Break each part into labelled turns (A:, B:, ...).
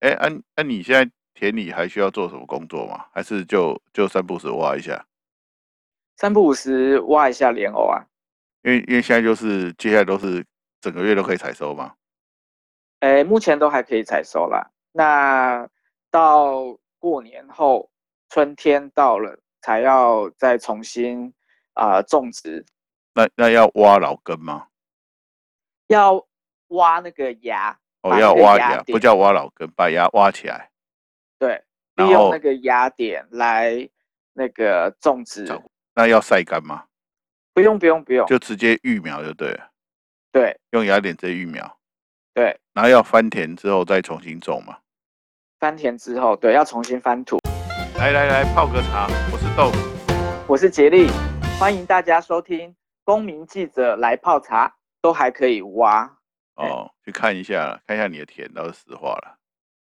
A: 哎，那那你现在田里还需要做什么工作吗？还是就就三不时挖一下？
B: 三不五时挖一下莲藕啊。
A: 因为因为现在就是接下来都是整个月都可以采收嘛。
B: 哎，目前都还可以采收啦。那到过年后，春天到了，才要再重新啊、种植，
A: 那那要挖老根吗？
B: 要挖那个芽，
A: 哦，
B: 把那
A: 要
B: 个
A: 挖
B: 芽
A: 芽，不
B: 点，
A: 叫挖老根，把芽挖起来，
B: 对，利
A: 然
B: 用那
A: 后
B: 个芽点来那个种植，
A: 找那要晒干吗？
B: 不用不用不用，
A: 就直接育苗就对了，
B: 对
A: 用芽点直接育苗，
B: 对，
A: 然后要翻田之后再重新种嘛。
B: 翻田之后，对，要重新翻土。
A: 来来来，泡个茶，我是豆腐。
B: 我是杰力，欢迎大家收听公民记者来泡茶，都还可以挖。哎
A: 哦，去看一下啦，看一下你的田倒是石化了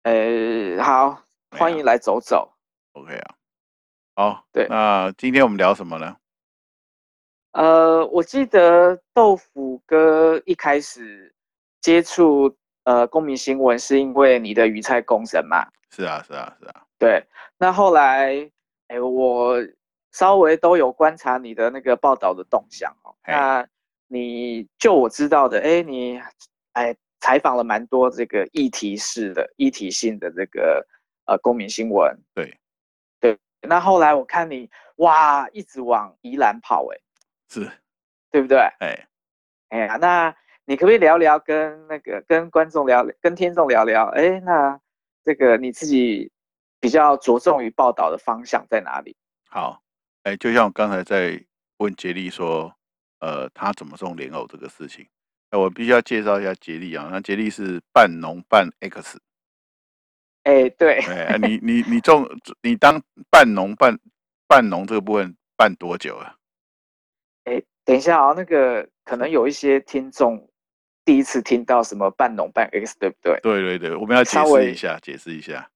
B: 呃，好，
A: 没
B: 欢
A: 啊
B: 迎来走走。
A: ？OK 啊，好，
B: 对，
A: 那今天我们聊什么呢？
B: 呃，我记得豆腐哥一开始接触呃公民新闻是因为你的鱼菜公审嘛？
A: 是啊，是啊，是啊，
B: 对，那后来，哎，我稍微都有观察你的那个报道的动向哦。
A: 嘿，
B: 那你就我知道的，哎，你哎采访了蛮多这个议题式的、议题性的这个呃公民新闻。
A: 对，
B: 对，那后来我看你哇，一直往宜兰跑，哎，
A: 是，
B: 对不对？
A: 哎，
B: 哎呀，那你可不可以聊聊跟那个跟观众聊，跟听众聊聊？哎，那这个你自己比较着重于报道的方向在哪里？
A: 好，哎，就像我刚才在问杰力说，呃，他怎么种莲藕这个事情，那我必须要介绍一下杰力啊，那杰力是半农半 X，
B: 哎，对，
A: 哎，啊你你你种，你当半农半半农这个部分办多久啊了？
B: 哎，等一下啊、那个可能有一些听众第一次听到什么半农半 X，对不对？
A: 对对对，我们要解
B: 稍
A: 释一
B: 微
A: 下，解释一下，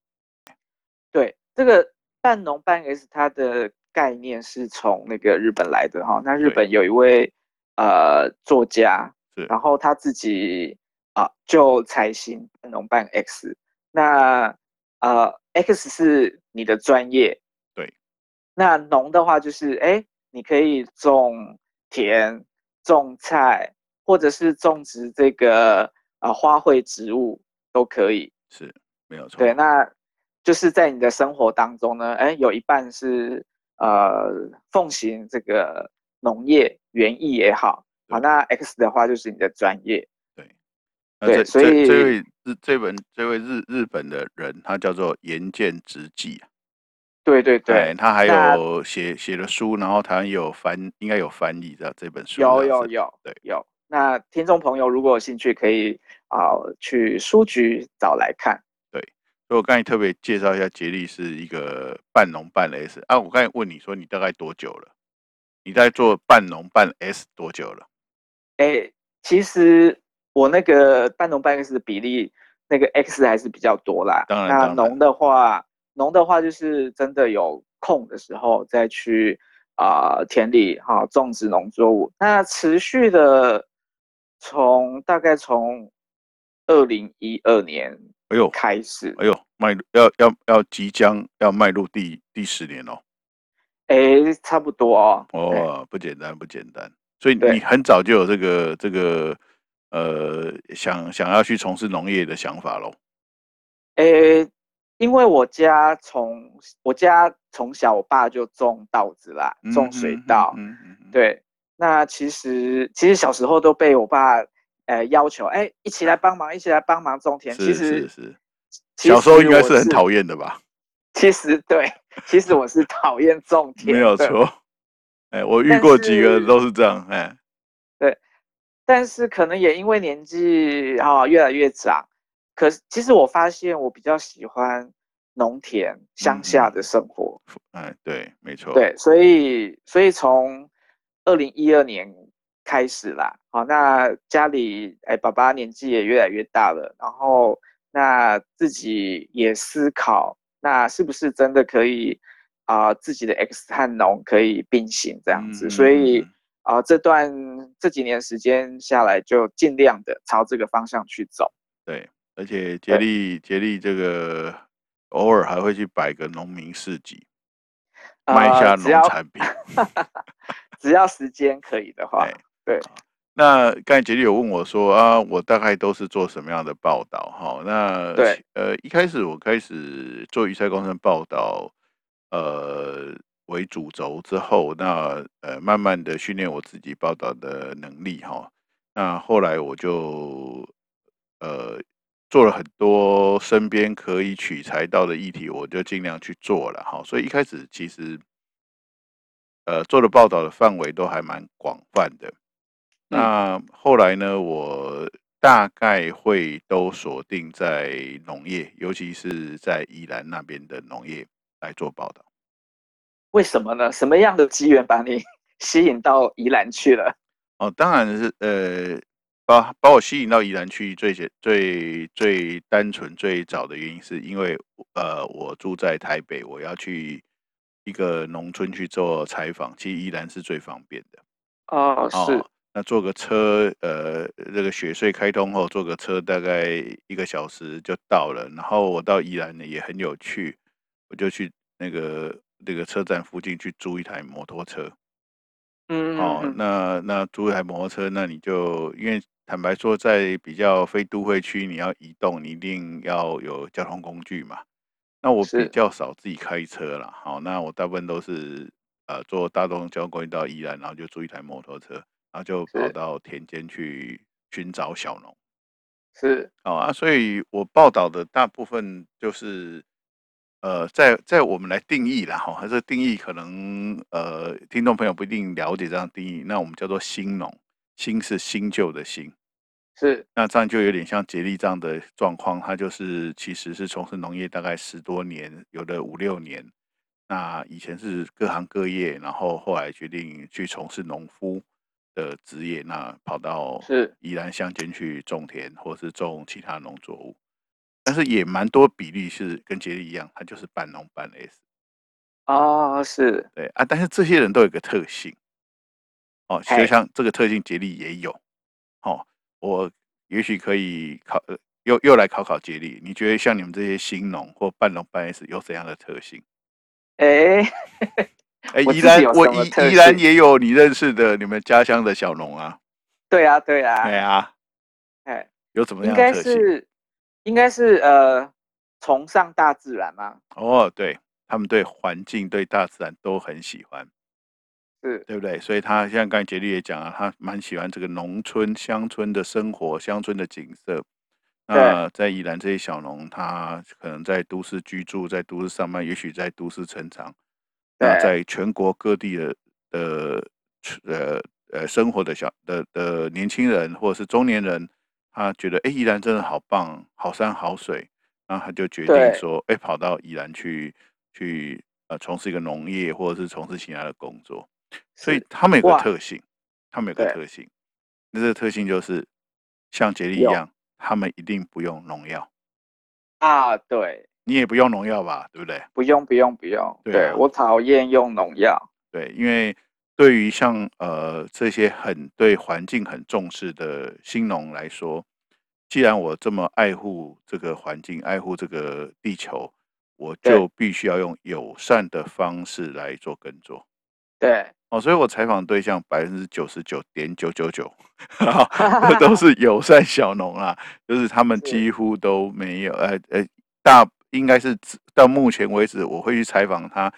B: 对这个半农半 S，它的概念是从那个日本来的哈。那日
A: 对，
B: 本有一位呃作家，
A: 是
B: 然后他自己啊、就采行半农半 X。那呃 X 是你的专业，
A: 对，
B: 那农的话就是哎，诶你可以种田、种菜，或者是种植这个呃花卉植物都可以。
A: 是没有
B: 对，
A: 错，
B: 那就是在你的生活当中呢，哎，有一半是呃奉行这个农业园艺也好，
A: 对
B: 好，那 X 的话就是你的专业，
A: 对。那
B: 对，
A: 这
B: 所
A: 这这
B: 以
A: 位日这本这位日日本的人，他叫做岩见直纪啊，
B: 对对
A: 哎，
B: 对，
A: 他还
B: 那
A: 有写写了书，然后台湾也有翻，应该有翻译的这本书，
B: 有
A: 这样
B: 有
A: 是，
B: 有
A: 对，
B: 有，那听众朋友如果有兴趣，可以啊、去书局找来看，
A: 对，所以我刚才特别介绍一下，杰力是一个半农半 S 啊。我刚才问你说你大概多久了？你在做半农半 S 多久了？
B: 哎，其实我那个半农半 X 的比例，那个 X 还是比较多啦。
A: 当然
B: 那
A: 当然，
B: 农的话，农的话就是真的有空的时候再去啊、田里哈、种植农作物。那持续的从大概从二零一二年
A: 哎呦
B: 开始，
A: 哎呦，迈入要要要即将要迈入第第十年哦，
B: 哎，差不多哦，哎，
A: 哦，不简单不简单。所以你
B: 对。
A: 很早就有这个这个呃想想要去从事农业的想法喽。
B: 诶，哎因为我家从我家从小，我爸就种稻子啦，
A: 嗯
B: 种水
A: 嗯嗯
B: 稻。
A: 嗯嗯嗯，
B: 对，那其实其实小时候都被我爸呃要求，哎，一起来帮忙，一起来帮忙种田。其
A: 是是
B: 实
A: 是，
B: 其
A: 小时候应
B: 实
A: 该
B: 我
A: 是很
B: 是
A: 讨厌的 吧？
B: 其实对，其实我是讨厌种
A: 没
B: 田
A: 有
B: 的，
A: 错。哎，我遇
B: 但
A: 过几个
B: 是
A: 都是这样，哎，
B: 对，但是可能也因为年纪啊、越来越长，可是其实我发现我比较喜欢农田
A: 嗯
B: 乡下
A: 嗯，
B: 的生活。
A: 哎，对，没错，
B: 对，所以所以从二零一二年开始啦，好，那家里哎，爸爸年纪也越来越大了，然后那自己也思考，那是不是真的可以啊、自己的 X 和农可以并行这样
A: 嗯
B: 子，所
A: 嗯嗯
B: 以
A: 嗯，
B: 啊、这段这几年时间下来，就尽量的朝这个方向去走。
A: 对。而且杰力杰力这个偶尔还会去摆个农民市集，卖一下
B: 呃，只要
A: 农产 品。
B: 只要时间可以的话
A: 哎，
B: 对，
A: 那刚才杰力有问我说啊，我大概都是做什么样的报道？哈，那
B: 对
A: 呃，一开始我开始做鱼菜工程报道，呃为主轴之后，那呃慢慢的训练我自己报道的能力哈。那后来我就呃做了很多身边可以取材到的议题，我就尽量去做了哈。所以一开始其实呃做的报道的范围都还蛮广泛的。
B: 嗯
A: 那后来呢，我大概会都锁定在农业，尤其是在宜兰那边的农业来做报道。
B: 为什么呢？什么样的机缘把你 吸引到宜兰去了？
A: 哦，当然是呃，把把我吸引到宜兰去最简最最单纯最早的原因，是因为呃，我住在台北，我要去一个农村去做采访，其实宜兰是最方便的。
B: 哦，是
A: 哦，那坐个车，呃，这个雪隧开通后，坐个车大概一个小时就到了。然后我到宜兰呢也很有趣，我就去那个那个车站附近去租一台摩托车。
B: 嗯嗯
A: 哦，
B: 嗯，
A: 那那租一台摩托车，那你就因为坦白说，在比较非都会区，你要移动，你一定要有交通工具嘛。那我比
B: 是
A: 较少自己开车啦，好，那我大部分都是呃坐大众交通工具到宜兰，然后就租一台摩托车，然后就跑
B: 是
A: 到田间去寻找小农。
B: 是，
A: 哦啊，所以我报道的大部分就是，呃，在在我们来定义啦，哈，这个定义可能呃，听众朋友不一定了解这样定义，那我们叫做新农，新是新旧的新，
B: 是
A: 那这样就有点像杰力这样的状况，他就是其实是从事农业大概十多年，有的五六年，那以前是各行各业，然后后来决定去从事农夫的职业，那跑到
B: 是
A: 宜兰乡间去种田，或是种其他农作物，但是也蛮多比例是跟杰力一样，他就是半农半 S，
B: 哦，是，
A: 对啊，但是这些人都有一个特性哦，就
B: 嘿，
A: 像这个特性杰力也有哦，我也许可以考，呃又又来考考杰力，你觉得像你们这些新农或半农半 S 有怎样的特性？
B: 哎，
A: 哎，
B: 我
A: 宜
B: 自己
A: 兰，
B: 有
A: 我
B: 什么
A: 宜
B: 特
A: 宜兰
B: 性？
A: 也有你认识的你们家乡的小农啊，
B: 对啊，对
A: 哎
B: 啊，
A: 呀，
B: 哎，
A: 有怎么
B: 应
A: 样的
B: 该
A: 特性？
B: 是，应该是呃，崇尚大自然嘛，
A: 哦，对，他们对环境、对大自然都很喜欢，
B: 是
A: 对不对？所以他像刚才杰力也讲啊，他蛮喜欢这个农村、乡村的生活、乡村的景色。
B: 对，
A: 那在宜兰这些小农，他可能在都市居住，在都市上班，也许在都市成长。那
B: 对，
A: 啊在全国各地的的呃呃生活的小的的年轻人或者是中年人，他觉得哎、诶宜兰真的好棒，好山好水，那他就决定
B: 对，
A: 说，哎、跑到宜兰去去呃从事一个农业或者是从事其他的工作。所以
B: 是，
A: 他们有个
B: 哇，
A: 特性，他们有个
B: 对，
A: 特性，那这个特性就是像杰力一
B: 有
A: 样，他们一定不用农药，
B: 啊，对，
A: 你也不用农药吧，对不对？
B: 不用不用不用，
A: 对
B: 对
A: 啊，
B: 我讨厌用农药，
A: 对，因为对于像呃这些很对环境很重视的新农来说，既然我这么爱护这个环境，爱护这个地球，我
B: 对
A: 就必须要用友善的方式来做耕作。
B: 对，
A: 哦，所以我采访对象百分之九十九点九九九，都
B: 哈哈
A: 都
B: 哈，
A: 是友善小农啦，就是他们
B: 是
A: 几乎都没有，呃呃，大应该是只到目前为止，我会去采访他，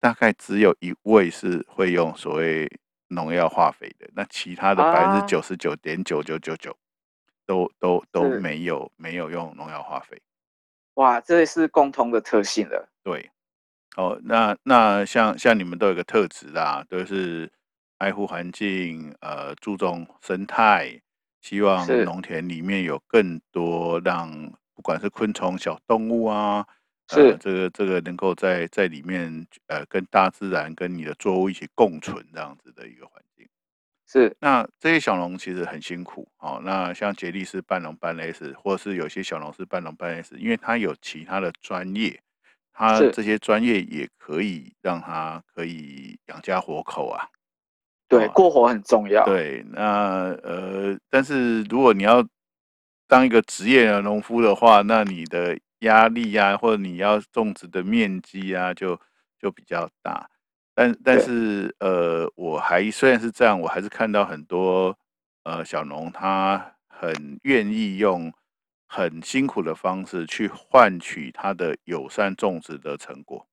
A: 大概只有一位是会用所谓农药化肥的，那其他的百分之
B: 啊，
A: 九十九点九九九九都都都
B: 是，
A: 没有没有用农药化肥，
B: 哇，这是共同的特性了，
A: 对。哦，那那像像你们都有个特质啦，都是爱护环境，呃，注重生态，希望
B: 是
A: 农田里面有更多让不管是昆虫、小动物啊，呃，
B: 是，
A: 这个这个能够在在里面呃跟大自然跟你的作物一起共存这样子的一个环境。
B: 是
A: 那这些小农其实很辛苦哦。那像杰力是半农半 S，或是有些小农是半农半 S，因为他有其他的专业，他
B: 是，
A: 这些专业也可以让他可以养家活口啊。
B: 对，
A: 哦，
B: 过火很重要，
A: 对，那呃，但是如果你要当一个职业的农夫的话，那你的压力啊，或者你要种植的面积啊，就就比较大。但但
B: 对
A: 是呃，我还虽然是这样，我还是看到很多呃小农他很愿意用很辛苦的方式去换取他的友善种植的成果。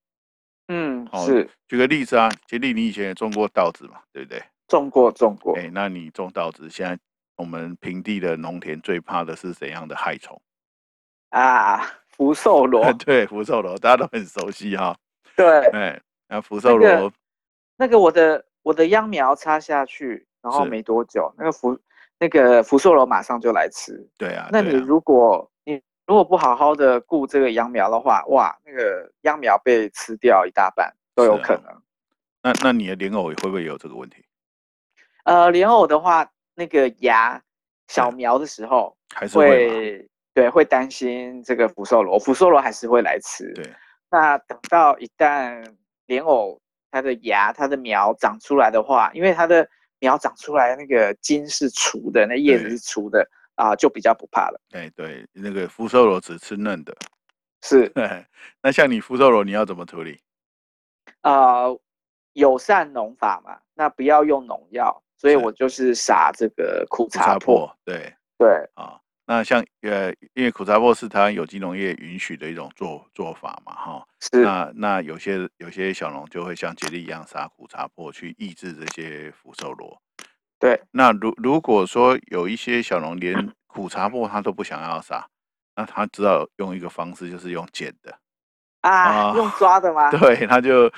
B: 嗯，
A: 哦，
B: 是
A: 举个例子啊，杰力，你以前也种过稻子嘛，对不对？
B: 种过种过，
A: 哎，那你种稻子，现在我们平地的农田最怕的是怎样的害虫？哎
B: 啊，福 寿螺，
A: 对，福寿螺，大家都很熟悉哈、
B: 对，
A: 哎，那福
B: 那
A: 寿
B: 个
A: 螺
B: 那个我的我的秧苗插下去，然后
A: 是，
B: 没多久，那个福那个福寿螺马上就来吃。
A: 对啊，
B: 那
A: 对
B: 你
A: 啊，
B: 如果你如果不好好的顾这个秧苗的话，哇，那个秧苗被吃掉一大半都
A: 是
B: 有可
A: 啊。
B: 能。
A: 那那你的莲藕会不会有这个问题？
B: 呃，莲藕的话，那个芽小
A: 是，
B: 苗的时候
A: 还是会嘛？
B: 会，对，会担心这个福寿螺，福寿螺还是会来吃。
A: 对，
B: 那等到一旦莲藕它的芽、它的苗长出来的话，因为它的苗长出来，那个茎是粗的，那叶子
A: 对，
B: 是粗的啊、就比较不怕了。
A: 哎，对，那个福寿螺只吃嫩的。 哎
B: 是，
A: 那像你福寿螺，你要怎么处理？
B: 呃，友善农法嘛，那不要用农药，所以
A: 是
B: 我就是撒这个苦
A: 苦
B: 茶
A: 茶
B: 粕。
A: 粕，对
B: 对，
A: 啊。那像呃，因为苦茶粕是台湾有机农业允许的一种做做法嘛，哈。
B: 是，
A: 那那有些有些小农就会像杰力一样撒苦茶粕去抑制这些福寿螺。
B: 对，
A: 那如如果说有一些小农
B: 嗯
A: 连苦茶粕他都不想要撒，那他只好用一个方式，就是用剪的
B: 啊，
A: 啊。
B: 用抓的 吗？
A: 对，他就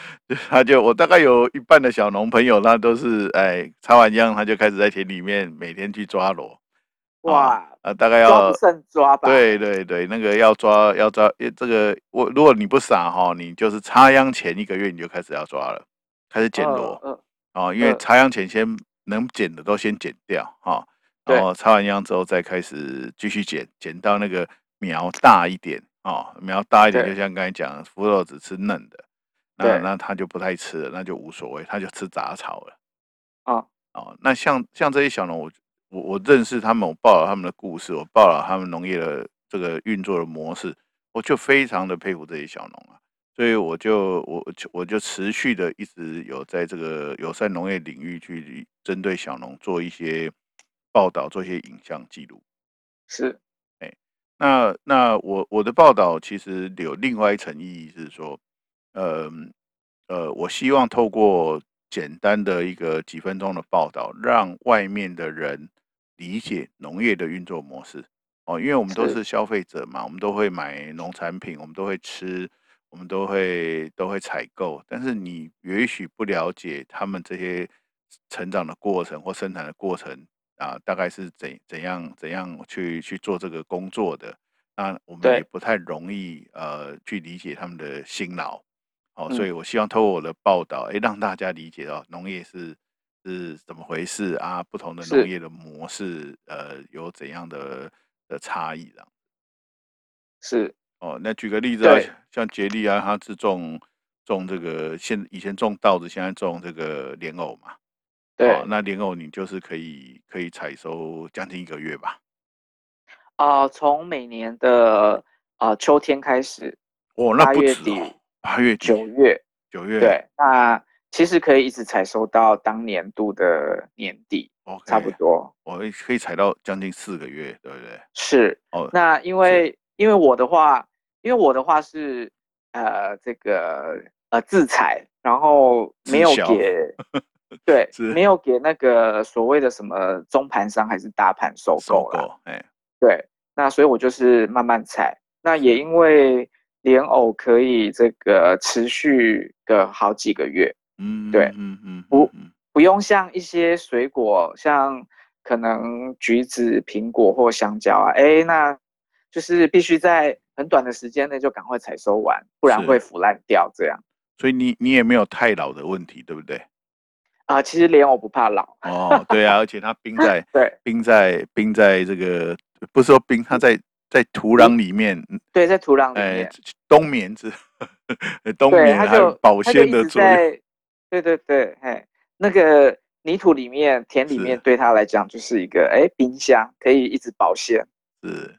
A: 他就我大概有一半的小农朋友，他都是哎插完秧，他就开始在田里面每天去抓螺啊
B: 哇，
A: 啊，大概
B: 抓不
A: 要
B: 胜抓吧？
A: 对对对，那个要抓要抓，诶这个我如果你不傻哈，你就是插秧前一个月你就开始要抓了，开始捡
B: 呃
A: 螺
B: 呃
A: 啊，因为
B: 呃，
A: 插秧前先能捡的都先捡掉哈，然
B: 对，
A: 后插完秧之后再开始继续捡，捡到那个苗大一点啊，苗大一点，就
B: 对，
A: 像刚才讲，腐肉只吃嫩的，那
B: 对，
A: 那他就不太吃了，那就无所谓，他就吃杂草了。
B: 啊、
A: 哦，那像像这些小农，我我我认识他们，我报了他们的故事，我报了他们农业的这个运作的模式，我就非常的佩服这些小农啊，所以我就我我就我就持续的一直有在这个友善农业领域去针对小农做一些报道，做一些影像记录。
B: 是，
A: 哎，那那我我的报道其实有另外一层意义是说，呃呃，我希望透过简单的一个几分钟的报道，让外面的人理解农业的运作模式哦，因为我们都
B: 是，
A: 是消费者嘛，我们都会买农产品，我们都会吃，我们都会都会采购，但是你也许不了解他们这些成长的过程或生产的过程啊，大概是怎怎样怎样去去做这个工作的。那我们也
B: 对，
A: 不太容易呃去理解他们的辛劳，哦，所以
B: 嗯，
A: 我希望透过我的报道，诶，让大家理解到农业是是怎么回事啊，不同的农
B: 是，
A: 业的模式呃有怎样的的差异这样
B: 是，
A: 哦，那举个例子啊，
B: 对，
A: 像像杰利啊，他是种种这个现以前种稻子，现在种这个莲藕嘛。哦，
B: 对，
A: 那莲藕你就是可以可以采收将近一个月吧？
B: 啊、从每年的啊、呃秋天开始，
A: 哦，那
B: 八
A: 不
B: 月
A: 止
B: 底、
A: 哦，八月底、
B: 九月，
A: 九月
B: 对，那其实可以一直采收到当年度的年底，差不
A: ，OK，
B: 多。
A: 我也可以采到将近四个月，对不对？
B: 是，
A: 哦，
B: 那因
A: 是
B: 为因为我的话，因为我的话是呃这个呃自采，然后
A: 滞
B: 没有
A: 销，
B: 给 对
A: 是
B: 没有给那个所谓的什么中盘商还是大盘收
A: 收
B: 购啦，
A: 购，哎，
B: 对，那所以我就是慢慢采，那也
A: 是，
B: 因为莲藕可以这个持续个好几个月，
A: 嗯
B: 对，
A: 嗯嗯嗯
B: 不
A: 嗯，
B: 不用像一些水果，像可能橘子、苹果或香蕉啊，哎，那就是必须在很短的时间内就赶快采收完，不然会
A: 是，
B: 腐烂掉。这样
A: 所以你你也没有太老的问题，对不对？
B: 啊、其实莲藕不怕老，
A: 哦，对啊，而且它冰在
B: 对，
A: 冰在冰在这个不是说冰，它
B: 泥
A: 在在土壤
B: 泥
A: 里面，嗯
B: 对在土壤里
A: 哎，
B: 面，
A: 这冬眠之 冬
B: 对，
A: 眠
B: 它
A: 还有
B: 就
A: 保
B: 它就
A: 鲜
B: 一
A: 的
B: 直
A: 作用，
B: 在，对对对，嘿，那个泥土里面、田里
A: 是
B: 面，对它来讲就是一个哎冰箱，可以一直保鲜。
A: 是，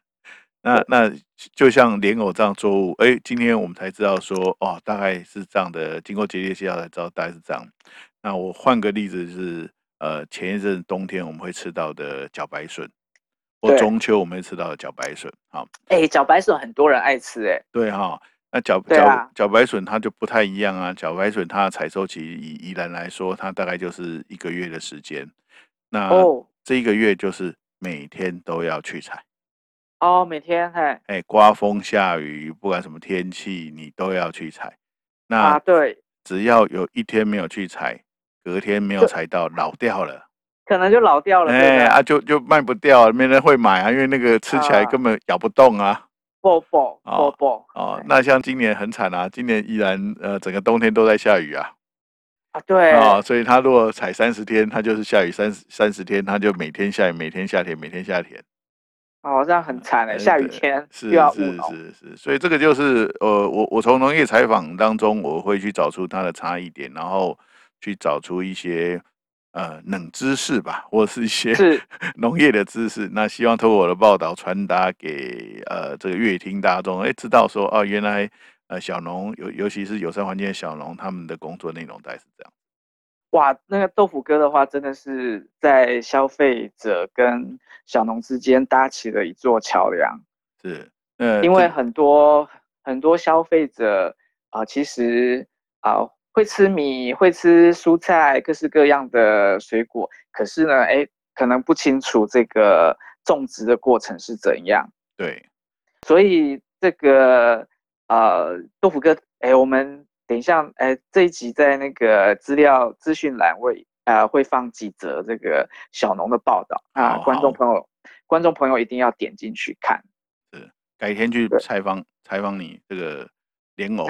A: 那那就像莲藕这样作物，哎，今天我们才知道说，哦，大概是这样的，经过节烈介绍才知道大概是这样。那我换个例子是，呃，前一阵冬天我们会吃到的茭白笋，或
B: 对
A: 中秋我们会吃到的茭白笋，好，
B: 哎，茭白笋很多人爱吃，哎，
A: 对哈、那茭
B: 对啊
A: 茭茭白笋它就不太一样啊，茭白笋它的采收期以宜兰来说，它大概就是一个月的时间，那
B: 哦
A: 这一个月就是每天都要去采。
B: 哦，每天嘿
A: 哎，刮风下雨，不管什么天气，你都要去采。
B: 啊，
A: 那
B: 对，
A: 只要有一天没有去采，隔天没有
B: 就
A: 采到，老掉了，
B: 可能就老掉了，对不
A: 哎
B: 对？
A: 啊，就就卖不掉，没人会买啊，因为那个吃起来
B: 啊
A: 根本咬不动啊。
B: 爆爆爆
A: 哦
B: 爆
A: 哦
B: 对，
A: 那像今年很惨啊，今年依然呃整个冬天都在下雨啊。
B: 啊，对，
A: 啊、所以它如果采三十天，它就是下雨三十三十天，它就每天下雨，每天下田，每天下田。
B: 哦，这样很惨哎，
A: 呃
B: 下雨
A: 对
B: 天又
A: 是
B: 要务
A: 是
B: 农，
A: 是是，所以这个就是呃，我我从农业采访当中，我会去找出它的差异点，然后去找出一些呃冷知识吧，或是一些
B: 是
A: 农业的知识。那希望透过我的报道传达给呃这个乐听大众，哎，知道说哦、原来呃小农尤尤其是友善环境的小农，他们的工作内容大概是这样。
B: 哇，那个豆腐哥的话，真的是在消费者跟小农之间搭起了一座桥梁，
A: 是，呃，
B: 因为
A: 这
B: 很多很多消费者啊、其实啊、会吃米，会吃蔬菜，各式各样的水果，可是呢，哎，可能不清楚这个种植的过程是怎样。
A: 对
B: 所以这个呃，豆腐哥，哎，我们等一下，哎，这一集在那个资料资讯栏会呃会放几则这个小农的报道啊、
A: 好
B: 观众
A: 哦好
B: 朋友，观众朋友一定要点进去看。
A: 改天去
B: 对
A: 采访采访你这个莲 藕。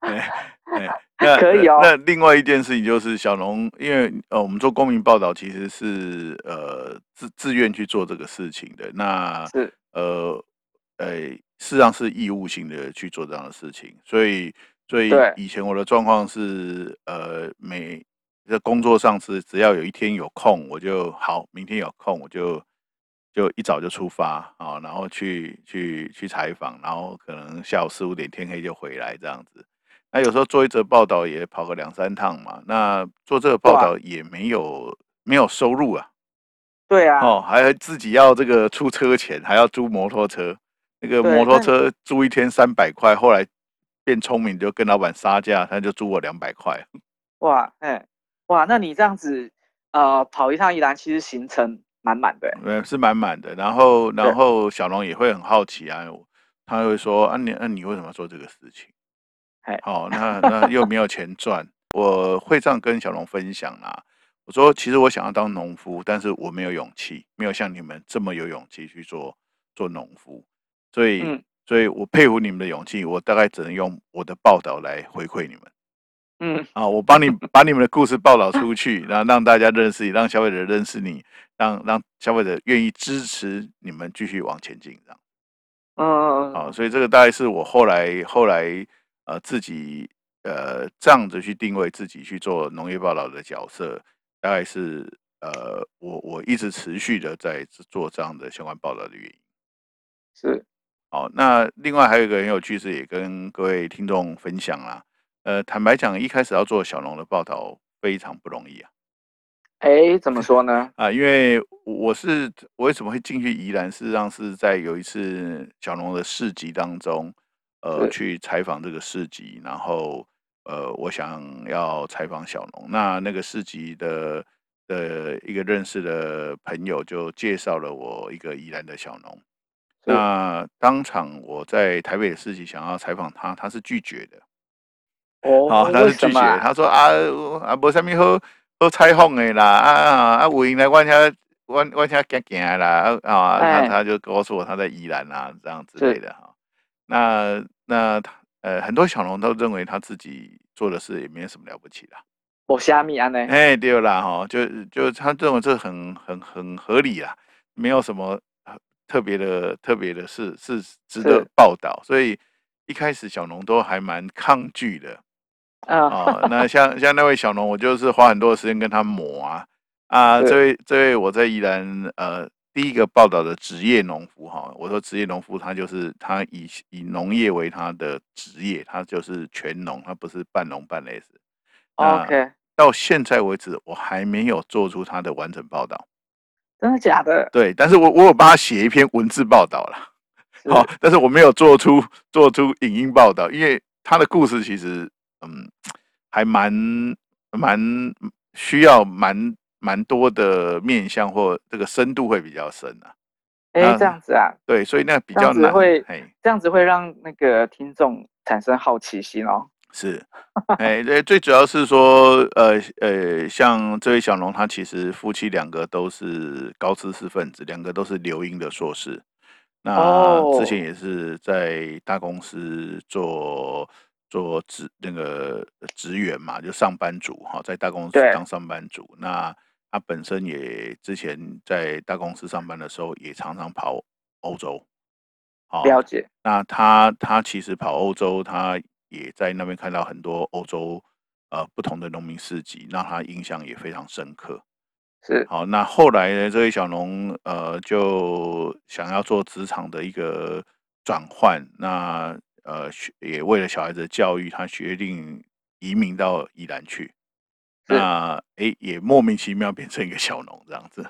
A: 哎哎，那
B: 可以哦
A: 那另外一件事情就是小农，因为呃，我们做公民报道其实是呃自自愿去做这个事情的。那
B: 是
A: 呃呃，事实上是义务性的去做这样的事情，所以所以
B: 对
A: 以前我的状况是呃每在工作上是只要有一天有空，我就好，明天有空我就就一早就出发啊、然后去去去采访，然后可能下午四五点天黑就回来这样子。那有时候做一则报道也跑个两三趟嘛，那做这个报
B: 哇
A: 道也没有没有收入啊，
B: 对啊，
A: 哦，还自己要这个出车钱，还要租摩托车，那个
B: 对
A: 摩托
B: 那
A: 车租一天三百块，后来变聪明就跟老板杀价，他就租我两百块。
B: 哇，哎哇，那你这样子呃跑一趟宜兰，其实行程满满的哎，
A: 呃，是满满的。然后，
B: 对
A: 然后小龙也会很好奇啊，他会说啊你，那、你为什么要做这个事情
B: 嘿？
A: 好、那那又没有钱赚，我会这样跟小龙分享啦。我说，其实我想要当农夫，但是我没有勇气，没有像你们这么有勇气去做做农夫，所以，
B: 嗯
A: 所以我佩服你们的勇气，我大概只能用我的报道来回馈你们。
B: 嗯，
A: 啊，我帮你 把你们的故事报道出去，然后让大家认识你，让消费者认识你，让让消费者愿意支持你们继续往前进，这样。啊，
B: 嗯，
A: 所以这个大概是我后来后来呃自己呃这样子去定位自己去做农业报道的角色，大概是呃我我一直持续的在做这样的相关报道的原因。
B: 是
A: 好，那另外还有一个很有趣事，也跟各位听众分享啦。呃，坦白讲，一开始要做小农的报道非常不容易啊。
B: 哎怎么说呢？
A: 啊，因为我是我为什么会进去宜兰，事实上是在有一次小龙的市集当中，呃，
B: 是
A: 去采访这个市集，然后呃，我想要采访小龙，那那个市集的的一个认识的朋友就介绍了我一个宜兰的小农，
B: 是
A: 那当场我在台北的市集想要采访他，他是拒绝的。
B: 哦，
A: 好、他
B: 为
A: 是
B: 什
A: 拒
B: 么
A: 绝，
B: 啊？
A: 他说啊啊，无啥物好好采访的啦，啊啊啊，有闲来阮遐阮阮遐行行的啦，啊啊，他
B: 哎，
A: 他就告诉我他在宜兰啊，这样之类
B: 是
A: 的哈。那那他呃，很多小龙都认为他自己做的事也没有什么了不起啦。
B: 我虾米安呢？
A: 哎，对啦，哈，就就他认为这很很很合理啦，没有什么呃特别的特别的事是值得
B: 是，
A: 报道，所以一开始小龙都还蛮抗拒的。
B: 嗯、
A: 哦，那像像那位小农，我就是花很多的时间跟他磨啊啊，这
B: 是
A: 位这位我在宜兰呃第一个报道的职业农夫哈，我说职业农夫，他就是他以以农业为他的职业，他就是全农，他不是半农半类似。那
B: OK，
A: 到现在为止，我还没有做出他的完整报道。
B: 真的假的？
A: 对，但是我我有帮他写一篇文字报道啦。
B: 是
A: 好、但是我没有做出做出影音报道，因为他的故事其实嗯，还蛮蛮需要蛮蛮多的面向或这个深度会比较深啊。
B: 哎，
A: 那
B: 这样子啊，
A: 对，所以那比
B: 这样
A: 较
B: 子
A: 难。
B: 会
A: 嘿，
B: 这样子会让那个听众产生好奇心哦。
A: 是，哎，对，最主要是说，呃呃，像这位小龙，他其实夫妻两个都是高知识分子，两个都是留英的硕士。那之前
B: 哦
A: 也是在大公司做做职那个职员嘛，就上班族哈，在大公司
B: 对
A: 当上班族。那他本身也之前在大公司上班的时候，也常常跑欧洲。好、
B: 了解，
A: 那他他其实跑欧洲，他也在那边看到很多欧洲呃不同的农民市集，让他印象也非常深刻。
B: 是
A: 好，那后来呢，这位小农呃就想要做职场的一个转换，那呃学也为了小孩子的教育，他决定移民到宜兰去。
B: 是，
A: 那诶也莫名其妙变成一个小农这样子。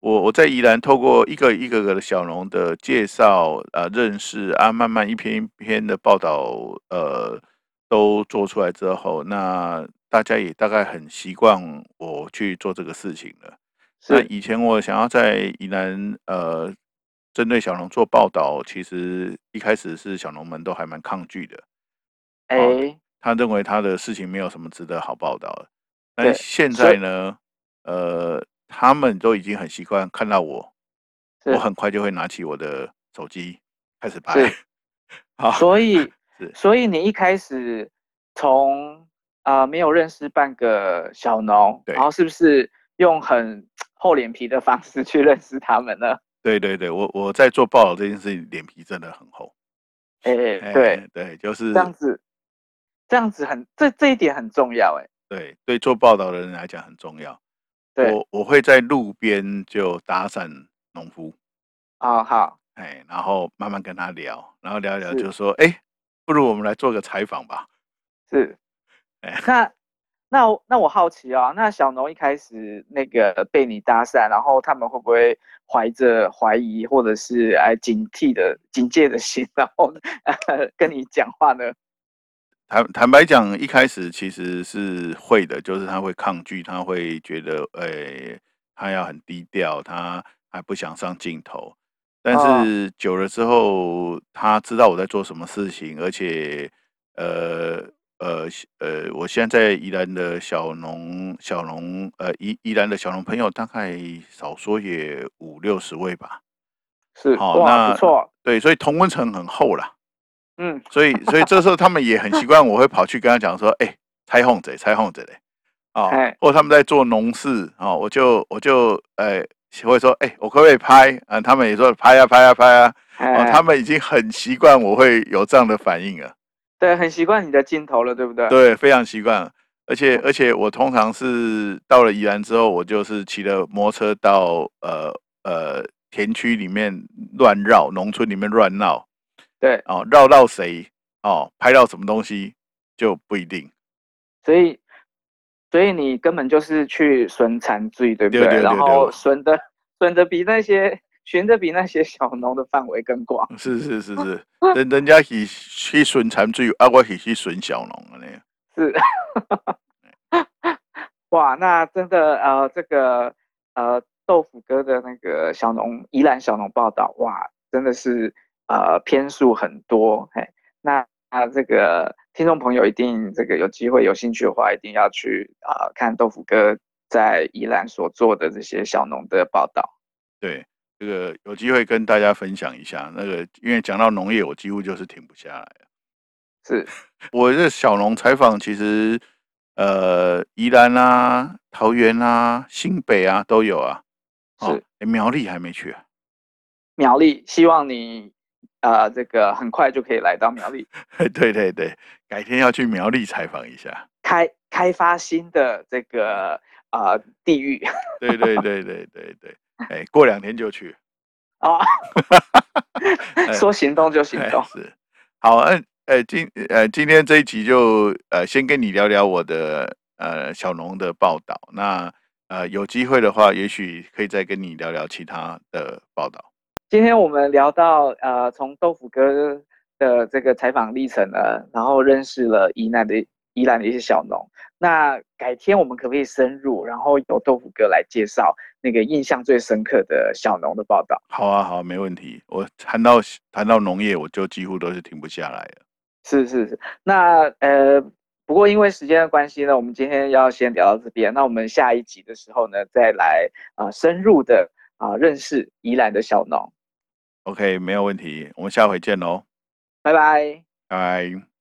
A: 我我在宜兰透过一个一个个的小农的介绍啊、认识啊，慢慢一篇一篇的报道呃都做出来之后，那大家也大概很习惯我去做这个事情了。那
B: 是
A: 以前我想要在宜兰呃针对小农做报道，其实一开始是小农们都还蛮抗拒的，哦，
B: 哎，
A: 他认为他的事情没有什么值得好报道的。但是
B: 对，
A: 现
B: 所
A: 在
B: 以
A: 呢，呃，他们都已经很习惯看到我，我
B: 是
A: 很快就会拿起我的手机开始拍。
B: 是，
A: 好，
B: 所以
A: 啊 是
B: 所以你一开始从啊没有认识半个小农，然
A: 对
B: 后是不是用很厚脸皮的方式去认识他们呢？
A: 对对对，我我在做报道这件事情，脸皮真的很厚。
B: 哎，对，
A: 哎，对，就
B: 这
A: 是
B: 样子这样子很这这一点很重要，哎，
A: 对对做报道的人来讲很重要。
B: 对，
A: 我我会在路边就搭讪农夫，
B: 哦，好，
A: 哎，然后慢慢跟他聊，然后聊一聊
B: 是
A: 就说，哎，不如我们来做个采访吧，
B: 是，
A: 哎。
B: 那那我那我好奇啊、那小农一开始那个被你搭讪，然后他们会不会怀着怀疑或者是哎警惕的警戒的心，然后 呃跟你讲话呢？
A: 坦坦白讲，一开始其实是会的，就是他会抗拒，他会觉得，呃、他要很低调，他还不想上镜头。但
B: 哦，
A: 是久了之后，他知道我在做什么事情，而且，呃呃呃，我现在在宜兰的小农小农，呃宜宜兰的小农朋友大概少说也五六十位吧。
B: 是
A: 好，
B: 哇，不
A: 那哦
B: 错，
A: 对，所以同温层很厚啦。
B: 嗯，
A: 所以所以这时候他们也很习惯，我会跑去跟他讲说，哎、拆哄者，拆哄者嘞，哦，
B: 哎，
A: 或者他们在做农事哦，我就我就呃会说，哎、我可不可以拍？啊、他们也说拍啊拍啊拍啊，哦，他
B: 哎，
A: 们已经很习惯我会有这样的反应了，
B: 对，很习惯你的镜头了，对不对？
A: 对，非常习惯了。而且
B: 嗯，
A: 而且我通常是到了宜兰之后，我就是骑了摩托车到呃呃田区里面乱绕，农村里面乱绕，
B: 对，
A: 哦，绕到谁哦，拍到什么东西就不一定。
B: 所以所以你根本就是去损残罪，对不
A: 对
B: 对？
A: 对
B: 然
A: 对对，
B: 后损的 损的比那些寻的比那些小农的范围更广。
A: 是是是
B: 哦
A: 是，人人家是去损残罪，啊，我是去损小农的呢。
B: 是，哇，那真的呃，这个呃，豆腐哥的那个小农宜兰小农报道，哇，真的是呃篇数很多，嘿，那啊这个听众朋友一定这个有机会有兴趣的话，一定要去啊、呃看豆腐哥在宜兰所做的这些小农的报道。
A: 对，这个有机会跟大家分享一下。那个，因为讲到农业，我几乎就是停不下来。
B: 是，
A: 我这小农采访，其实呃，宜兰啊、桃园啊、新北啊都有啊。哦，
B: 是
A: 诶苗栗还没去、啊，
B: 苗栗，希望你呃这个很快就可以来到苗栗，
A: 对对对，改天要去苗栗采访一下。
B: 开开发新的这个呃地域。
A: 对对对对对对，哎，过两天就 去，
B: 啊，
A: 哎
B: 说行动就行
A: 哎
B: 动。
A: 是，好，呃，呃，今呃今天这一集就呃先跟你聊聊我的呃小农的报道。那呃有机会的话，也许可以再跟你聊聊其他的报道。
B: 今天我们聊到呃，从豆腐哥的这个采访历程呢，然后认识了宜兰的宜兰的一些小农。那改天我们可不可以深入，然后由豆腐哥来介绍那个印象最深刻的小农的报道？
A: 好啊，好，没问题。我谈到谈到农业，我就几乎都是停不下来了。
B: 是是是，那呃，不过因为时间的关系呢，我们今天要先聊到这边。那我们下一集的时候呢，再来啊、呃深入的啊、认识宜兰的小农。
A: OK，没有问题。我们下回见喽，
B: 拜拜。
A: 拜拜。